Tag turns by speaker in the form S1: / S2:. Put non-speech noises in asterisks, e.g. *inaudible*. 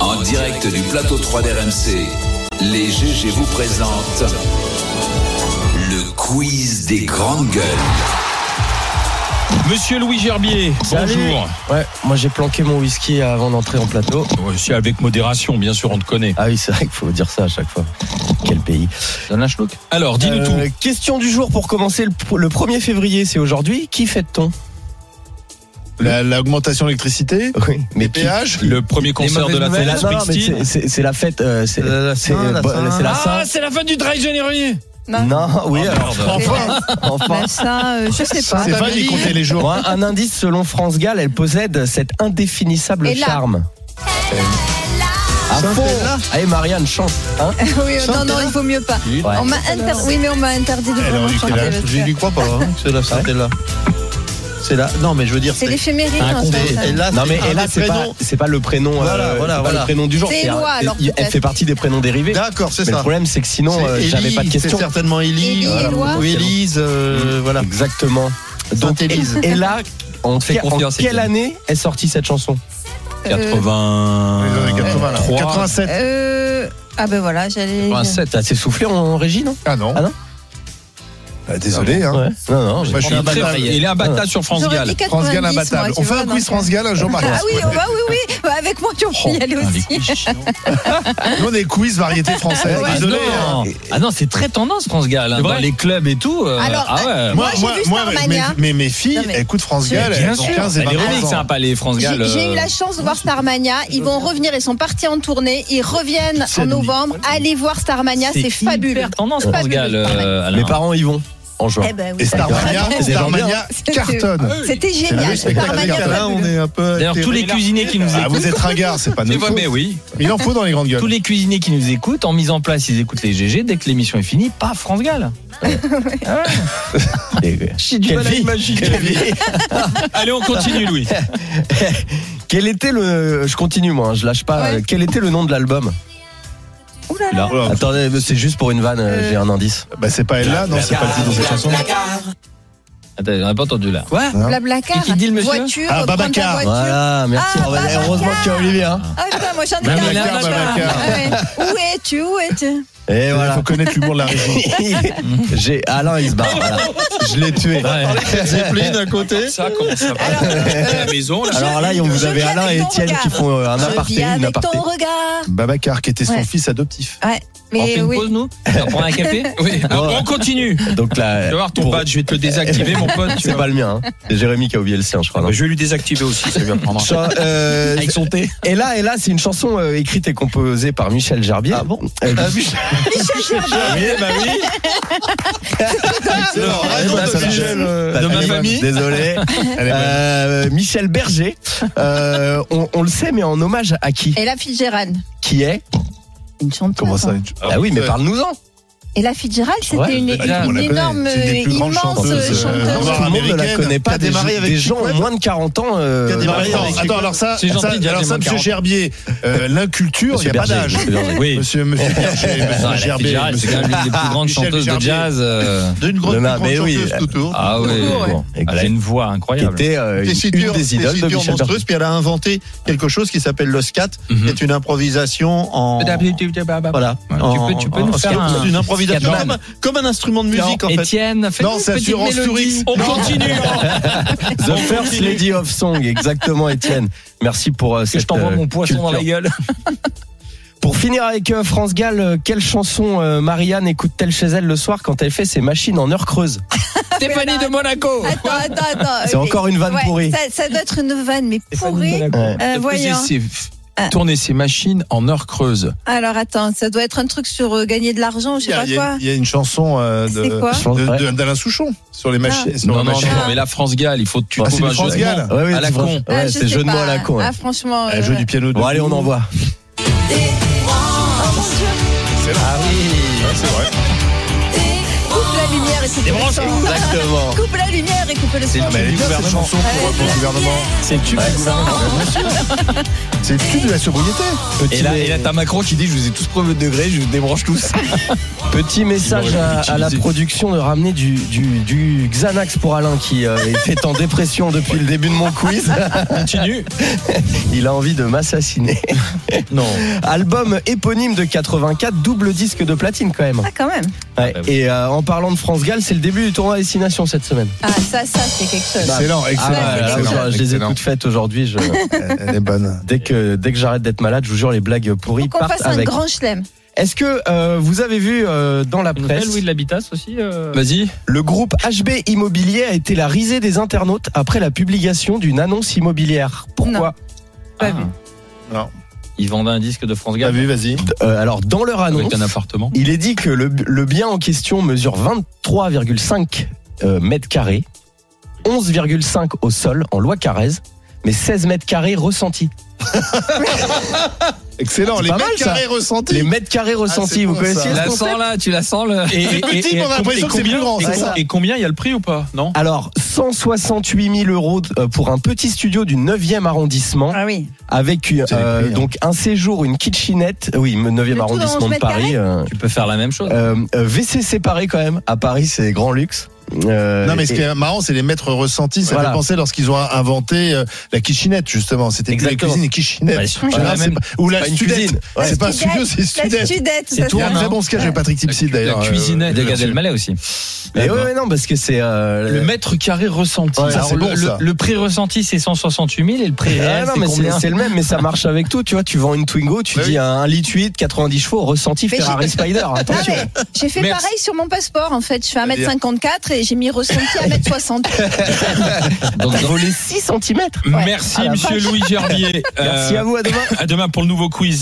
S1: En direct du plateau 3 d'RMC, les GG vous présentent le quiz des grandes gueules.
S2: Monsieur Louis Gerbier,
S3: Salut.
S2: bonjour.
S3: Ouais, moi j'ai planqué mon whisky avant d'entrer en plateau.
S2: Ouais, C'est avec modération, bien sûr, on te connaît.
S3: Ah oui, c'est vrai qu'il faut dire ça à chaque fois. Quel pays.
S4: Donne un schluck.
S2: Alors, dis-nous
S3: Euh, question du jour pour commencer le, pr- le 1er février, c'est aujourd'hui. Qui fête-t-on *laughs*
S5: La- L'augmentation de l'électricité,
S3: Oui, mais
S5: les
S3: qui-
S5: péages,
S2: tout. Le premier concert de
S4: mauvaises
S2: la Taylor
S4: nouvelles,
S3: C'est la, non, non, mais
S2: Swift.
S3: c'est- c'est- c'est la fête. euh, c'est
S4: La- la
S3: c'est,
S4: Saint,
S3: euh,
S4: la
S3: bon,
S4: Saint.
S3: c'est la Saint.
S2: Ah, c'est la fin du Dry January
S6: Ah,
S3: Non,
S4: Oh,
S3: oui, alors,
S5: enfin,
S3: *laughs* enfin.
S6: Bah ça, euh, je sais pas.
S5: Stéphane, il comptait les jours.
S3: Bon, un- un indice selon France Gall, elle possède cet indéfinissable
S6: Et là.
S3: charme. À fond. Allez Marianne, chante. hein.
S6: oui, euh, non, non, il vaut mieux pas.
S3: Ouais.
S6: On m'a inter... Oui, mais on m'a interdit de
S5: Elle hein,
S6: vraiment
S5: aurait dû
S6: chanter.
S5: faire la-
S6: parce
S4: J'y
S6: que-
S4: crois pas. hein, C'est la santé là. C'est là. Non, mais je veux dire.
S6: C'est l'éphéméride.
S4: un
S6: en
S4: condé.
S6: fait.
S4: Et là,
S3: Non mais
S4: un
S3: et là
S4: des
S3: c'est pas
S4: prénoms.
S3: c'est pas le prénom
S4: Voilà,
S3: euh,
S4: voilà,
S3: c'est pas
S4: voilà.
S3: le prénom du genre
S6: C'est
S3: c'est un-
S6: Éloi, alors,
S3: il- elle
S6: peut-être.
S3: fait partie des prénoms dérivés.
S4: D'accord, c'est
S3: Mais le
S4: ça.
S3: problème c'est que sinon
S4: C'est
S3: euh, j'avais
S4: Élie,
S3: pas de question.
S4: C'est certainement Élie.
S6: Élie, Éloi.
S4: Ou Élise. euh,
S5: Mmh.
S4: Voilà.
S3: Exactement. Donc
S4: Sainte-Élise.
S3: et là en,
S4: Fais
S3: que- en
S4: confiance,
S3: quelle
S4: Étienne.
S3: année est sortie cette chanson
S6: Euh,
S2: 80.
S5: 80, là. 87.
S6: euh, Ah ben voilà, j'allais.
S3: T'as soufflé en, régie non
S5: Ah non.
S3: Ah non
S5: Bah, désolé, hein.
S3: Ouais. Non non. j'ai-
S5: Moi,
S2: Il
S5: je suis
S2: est
S5: un
S2: très-
S5: bâtard.
S2: Il est imbattable sur France
S6: J'aurais
S2: Gall.
S6: dit
S5: France Gall
S6: 90, moi,
S5: imbattable.
S6: tu
S5: On fait
S6: vois,
S5: un
S6: donc,
S5: quiz France Gall un jour, Marc.
S6: Ah oui, oh, bah oui, oui. Bah, avec moi, tu peux y aller
S2: Oh, ah,
S6: aussi. *laughs*
S5: Nous, on est quiz variété française.
S6: Ouais.
S5: Désolé.
S4: non.
S5: hein.
S4: Ah non, c'est très tendance France Gall. hein,
S2: C'est
S4: Dans
S2: vrai
S4: les clubs et tout. euh,
S6: Alors,
S4: ah ouais.
S6: Moi, j'ai vu
S5: mes-
S6: Starmania.
S5: mes, mes filles
S6: hein. Non, mais-
S5: écoutent France
S6: Bien
S5: Gall.
S2: Bien
S5: elles ont
S2: sûr,
S5: 15 et
S2: elle est
S5: 20
S2: relique,
S5: ans.
S2: sympa, les France Gall. euh,
S6: J'ai j'ai eu la chance de voir Starmania. Ils vont revenir. Ils sont partis en tournée. Ils reviennent en novembre. Allez voir Starmania, c'est fabuleux.
S4: hyper tendance France
S6: Fabuleux.
S4: Gall. euh, Alain.
S3: Mes parents y vont en juin.
S6: Eh ben oui,
S5: Et Starmania,
S6: d'accord.
S3: C'est
S5: Starmania
S6: C'est-
S5: cartonne.
S6: C'était
S5: le
S6: génial.
S5: spectacle
S6: Starmania,
S5: avec Alain,
S6: fabuleux.
S4: un peu. D'ailleurs, tous les cuisiniers qui nous
S5: Ah,
S4: écoutent.
S7: *laughs*
S5: vous êtes ringards, c'est pas
S2: C'est
S5: nous.
S2: vrai, mais oui.
S5: Il en faut dans les grandes
S4: Tous
S5: gueules.
S4: les cuisiniers qui nous écoutent, en mise en place, ils écoutent les GG. Dès que l'émission est finie, pas France Gall.
S3: Et- Quelle vie. Quelle vie.
S2: Allez, on continue, Louis.
S3: *laughs* Quel était le je continue moi, hein, je lâche pas.
S6: Ouais.
S3: Euh, Quel était le nom de l'album
S6: Ouh là là.
S5: Oh là,
S3: Attendez, c'est juste pour une vanne, euh,
S6: Euh.
S3: j'ai un indice.
S5: Bah, c'est pas elle là, non, c'est pas le titre de cette chanson.
S4: *laughs* Attends, on n'a pas entendu là.
S3: Quoi
S6: Blablacar,
S4: Qu'est-ce qu'il dit, le monsieur
S6: voiture,
S5: Ah,
S6: prendre
S5: Babacar.
S6: ta voiture.
S3: Voilà, merci.
S6: Ah,
S3: Oh, bah,
S6: Babacar.
S3: heureusement qu'il y a Olivier. hein.
S6: Ah putain, moi j'en ai
S5: Babacar,
S6: qu'un.
S5: Babacar.
S6: Ah ouais.
S4: hein.
S6: Où es-tu Où es-tu
S3: Et
S5: Il
S3: voilà.
S5: faut connaître l'humour de la région.
S3: *laughs* J'ai Alain, il se barre. voilà. Je l'ai tué.
S4: Zeppelin à côté.
S2: Ça, comment ça va
S6: Alors,
S2: À la maison, là.
S3: Alors là, vous
S6: Je
S3: avez
S6: vis
S3: Alain
S6: avec
S3: et
S6: ton
S3: Étienne
S6: regard.
S3: qui font euh, un
S6: Je vis
S3: aparté, une
S6: avec
S3: aparté.
S6: ton regard.
S5: Babacar, qui était son
S6: Ouais.
S5: fils adoptif.
S4: On
S6: *laughs* Mais
S4: fait une
S6: oui.
S4: pause, nous On prend un café
S2: *laughs* Oui, on continue.
S3: Donc
S2: Tu
S3: là,
S2: vas voir ton
S3: pour-
S2: badge, je vais te le désactiver, mon pote. tu
S3: c'est
S2: vois.
S3: pas le mien. hein. C'est Jérémy qui a oublié le sien, je crois. non
S2: Ah, bah, Je Ah, vais lui désactiver aussi, ça lui apprendra.
S3: Cha-
S2: *laughs*
S3: euh,
S4: Avec son thé.
S3: et là, et là, c'est une chanson euh, écrite et composée par Michel Gerbier. Ah bon
S2: Oui, bah oui.
S3: Bah,
S5: euh,
S4: de ma famille.
S3: Désolé.
S5: Elle est bonne.
S3: Euh, Michel Berger. Euh, on, on le sait, mais en hommage à qui
S6: Et la Fitzgerald.
S3: Qui est
S6: Une chanteuse. hein.
S5: Comment ça une-
S3: Ah oui, mais parle-nous-en.
S6: Et la Fitzgerald, c'était
S3: Ouais,
S6: une,
S5: bah,
S6: une
S5: tout le monde la connaît.
S6: énorme,
S5: C'est une des plus grandes
S6: immense
S5: chanteuses,
S6: chanteuse.
S5: euh, au
S3: Tout le
S5: revoir.
S3: monde ne la
S5: américaine,
S3: connaît
S5: qui
S3: pas.
S5: a
S3: Des,
S5: démarré avec
S3: des
S5: Chic
S3: gens
S5: Webb.
S3: moins de 40 ans. euh,
S5: Attends,
S3: euh,
S5: attends, alors ça,
S4: C'est gentil
S5: ça,
S4: de dire
S5: alors
S4: des
S5: ça,
S4: mots
S5: monsieur
S4: quarante.
S5: Gerbier, euh, l'inculture, il n'y
S3: Monsieur
S5: a pas
S3: Berger,
S5: d'âge.
S3: Monsieur Berger.
S4: Ah, Oui.
S7: *laughs*
S5: Monsieur, monsieur Berger,
S4: Non,
S5: monsieur
S4: la
S5: Gerbier,
S4: Fitzgerald, c'est
S5: monsieur-
S4: quand même l'une des plus grandes
S5: Michel
S4: chanteuses de
S5: Gerbier.
S4: jazz. euh,
S7: D'une grande,
S3: Lena,
S7: plus
S3: mais
S7: grande
S3: oui,
S7: chanteuse
S3: euh,
S7: tout autour.
S4: Ah ouais.
S6: Ouais.
S4: bon. Elle a une voix
S3: qui
S4: incroyable.
S3: était euh,
S7: Des
S3: une, une
S7: situres,
S3: des
S7: des
S3: idoles de
S7: situres
S3: Michel Berger.
S7: monstrueuses, puis elle a inventé quelque chose qui s'appelle le scat,
S2: Mhm.
S7: qui est une improvisation en.
S4: bah,
S3: Voilà.
S7: en-
S4: Tu peux, tu peux nous
S7: en-
S4: faire
S7: c'est
S4: un-
S7: une improvisation
S4: Scatman.
S7: comme, comme un instrument de musique en fait.
S4: Étienne, fais
S5: Non, c'est Assurance Tourix.
S2: On
S4: *laughs*
S2: continue. hein.
S3: The
S4: Ah,
S2: On
S3: First
S2: continue.
S3: Lady of Song, exactement, Étienne. Merci pour euh,
S4: que
S3: cette
S4: je t'envoie
S3: euh,
S4: mon poisson dans la
S3: culture.
S6: *laughs*
S4: gueule.
S3: Pour finir avec euh, France Gall, euh, quelle chanson euh, Marianne écoute-t-elle chez elle le soir quand elle fait ses machines en heure creuse
S6: Stéphanie de
S4: Monaco.
S6: Attends, attends, attends.
S3: C'est
S6: ok.
S3: encore une vanne
S6: Ah Ouais,
S3: pourrie.
S6: Ça, ça doit être une vanne, mais pourrie. Euh, voyons. Ah.
S2: Tourner ses machines en heure creuse.
S6: Alors attends, ça doit être un truc sur euh, gagner de l'argent, je
S5: Il y
S6: sais
S5: a-
S6: pas
S5: il y a
S6: quoi.
S5: il y a une chanson euh, de-
S6: C'est quoi Ah.
S3: Je pense-
S5: de-
S3: ouais.
S5: de- d'Alain Souchon sur les machines. sur
S2: Non,
S5: la
S2: non, non,
S5: machine.
S2: mais là, France Gall, il faut que tu
S3: Ah,
S5: c'est
S2: trouves un
S5: du France
S2: jeu.
S5: Gall.
S3: Ouais, ouais,
S2: À la
S3: c'est vrai.
S2: con.
S6: Ah,
S3: Ouais,
S6: je
S3: c'est
S6: sais
S3: jeu de mots
S6: pas.
S3: à la con. hein. ouais.
S6: Ah, franchement.
S5: Elle
S6: euh,
S5: joue du piano.
S3: Bon, allez, on envoie.
S6: Oh mon Dieu,
S3: Ah
S5: C'est vrai.
S6: coupe la lumière et couper le son.
S4: Exactement.
S6: Coupe la lumière et coupe le son. Ah,
S5: mais elle est bien cette chanson pour,
S6: Ouais.
S5: pour le gouvernement.
S3: C'est le tube.
S6: Le sang.
S5: C'est plus de la sobriété.
S4: Et là, et là, t'as Macron qui dit Je vous ai tous premier degré, je vous débranche tous.
S3: Petit message
S4: Il aurait
S3: à,
S4: pu
S3: à la
S4: l'utiliser.
S3: production de ramener du, du, du Xanax pour Alain qui euh, est en dépression depuis le début de mon quiz.
S4: *laughs* Continue.
S3: *laughs* Il a envie de m'assassiner.
S4: Non.
S3: Album éponyme de 84, double disque de platine quand même.
S6: Ah, quand même.
S3: Ouais. Et euh, en parlant de France Galles, c'est le début du tournoi Destination cette semaine.
S6: Ah, ça, ça, c'est quelque chose.
S5: Excellent, excellent.
S6: ouais,
S3: là,
S5: excellent,
S3: Bah, je, je les ai
S5: excellent.
S3: toutes faites aujourd'hui. je- *laughs*
S5: Elle est bonne.
S3: Dès que, dès que j'arrête d'être malade, je vous jure, les blagues pourries
S6: Faut qu'on
S3: partent
S6: fasse un
S3: avec.
S6: grand chelem.
S3: Est-ce que euh, vous avez vu euh, dans la
S4: Une nouvelle,
S3: presse
S4: Louis de l'Habitas aussi euh,
S2: Vas-y.
S3: Le groupe HB Immobilier a été la risée des internautes après la publication d'une annonce immobilière. Pourquoi
S6: Pas
S4: Ah.
S6: vu.
S5: Non.
S4: Ils vendait un disque de France
S5: T'as
S4: Gall.
S5: vu, Ah vas-y.
S3: Euh, Alors, dans leur annonce,
S2: Avec un appartement.
S3: il est dit que le, le bien en question mesure 23,5 euh, mètres carrés, 11,5 au sol en loi Carrez, mais 16 mètres carrés ressentis.
S5: Excellent.
S3: C'est
S5: Les
S3: pas
S5: mètres
S3: mal, ça.
S5: carrés ressentis.
S3: Les mètres carrés ressentis,
S5: c'est
S3: vous
S5: bon,
S3: connaissez
S5: ça.
S3: ce
S5: La
S3: concept Eh,
S2: là, tu la sens là.
S3: Et- et-
S5: Petit,
S3: et-
S5: on a l'impression que c'est plus grand,
S2: Et,
S5: c'est
S2: com-
S5: ça.
S2: et combien il y a le prix ou pas Non
S3: Alors, 168 000 euros euh, pour un petit studio du 9e arrondissement,
S6: Ah oui.
S3: avec euh,
S5: C'est les prix, hein.
S3: donc un séjour, une kitchenette, oui, le 9e
S6: Le tout dans
S3: arrondissement
S6: 11
S3: de
S6: mètres
S3: Paris.
S6: carrés
S3: euh,
S4: Tu peux faire la même chose.
S3: euh, euh, WC séparé quand même. À Paris, c'est grand luxe. Euh,
S5: Non, mais ce
S3: et-
S5: qui est marrant, c'est les maîtres ressentis. Ça
S3: Voilà.
S5: fait penser lorsqu'ils ont inventé euh, la kitchenette, justement. C'était plus la
S3: Exactement.
S5: cuisine et kitchenette.
S4: Bah, surtout,
S5: Voilà,
S4: la
S5: c'est
S4: même-
S5: pas- ou la
S3: pas une
S5: studette.
S3: cuisine.
S5: C'est pas un
S6: Studette,
S5: studio, c'est
S6: La
S5: studette.
S6: studette,
S3: C'est hein.
S6: ça
S3: tout
S5: Il y a un
S6: c'est
S5: très bon sketch avec Patrick Timsit
S2: La
S5: d'ailleurs. euh,
S2: cuisinette.
S4: De Gad Elmaleh aussi.
S3: Mais ouais, ouais, non, parce que c'est euh,
S2: Le mètre carré ressenti.
S5: Ouais, ça,
S2: Alors,
S5: c'est
S4: le,
S5: bon,
S4: le-
S5: ça.
S4: le prix ressenti c'est 168 000 et le prix
S3: Ah
S4: réel
S3: non,
S4: c'est
S3: mais
S4: combien
S3: c'est, c'est le même, mais ça marche avec tout. Tu vois, tu vends une Twingo, tu
S5: Ouais,
S3: dis un 1 litre 8, 90 chevaux, ressenti
S6: Mais
S3: Ferrari Spider.
S6: Ah *laughs*
S3: Attention.
S6: ouais, j'ai fait
S2: Merci.
S6: pareil sur mon passeport en fait. Je fais 1m54 et j'ai mis ressenti 1m60.
S2: dans- dans-
S3: *laughs* Voler 6 cm.
S6: Ouais.
S2: Merci,
S3: Ah, la
S2: monsieur Louis Gerbier.
S3: Merci
S2: Euh,
S3: à vous, à demain.
S2: À demain pour le nouveau quiz.